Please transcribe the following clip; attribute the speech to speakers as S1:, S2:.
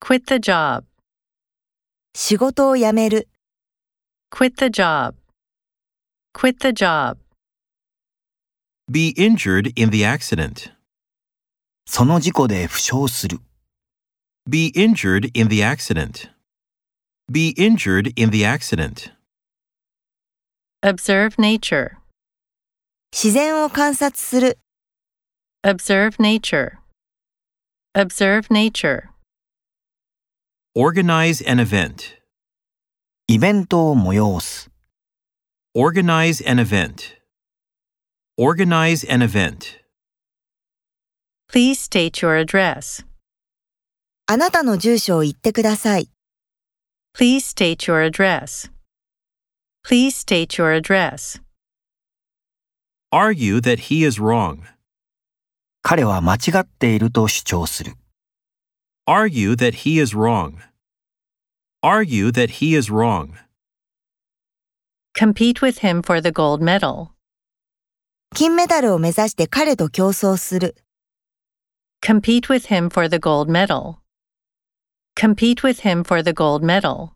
S1: Quit the job.
S2: 仕事を辞める、
S1: Quit the job. Quit the job.
S3: Be injured in the accident.
S4: その事故で負傷する。
S3: Be injured in the accident. Be injured in the accident.
S1: Observe nature.
S2: 自然を観察する、
S1: Observe nature. Observe nature.
S3: Organize an event.
S4: イベントを催す。
S3: Organize an event. Organize an event.
S1: Please state your address.
S2: あなたの住所を言ってください。
S1: Please state your address. Please state your address.
S3: Argue that he is wrong.
S4: 彼は間違っていると主張する。
S3: Argue that he is wrong. Argue that he is wrong.
S1: Compete with him for the gold medal.
S2: 金メダルを目指して彼と競争する、
S1: Compete with him for the gold medal. Compete with him for the gold medal.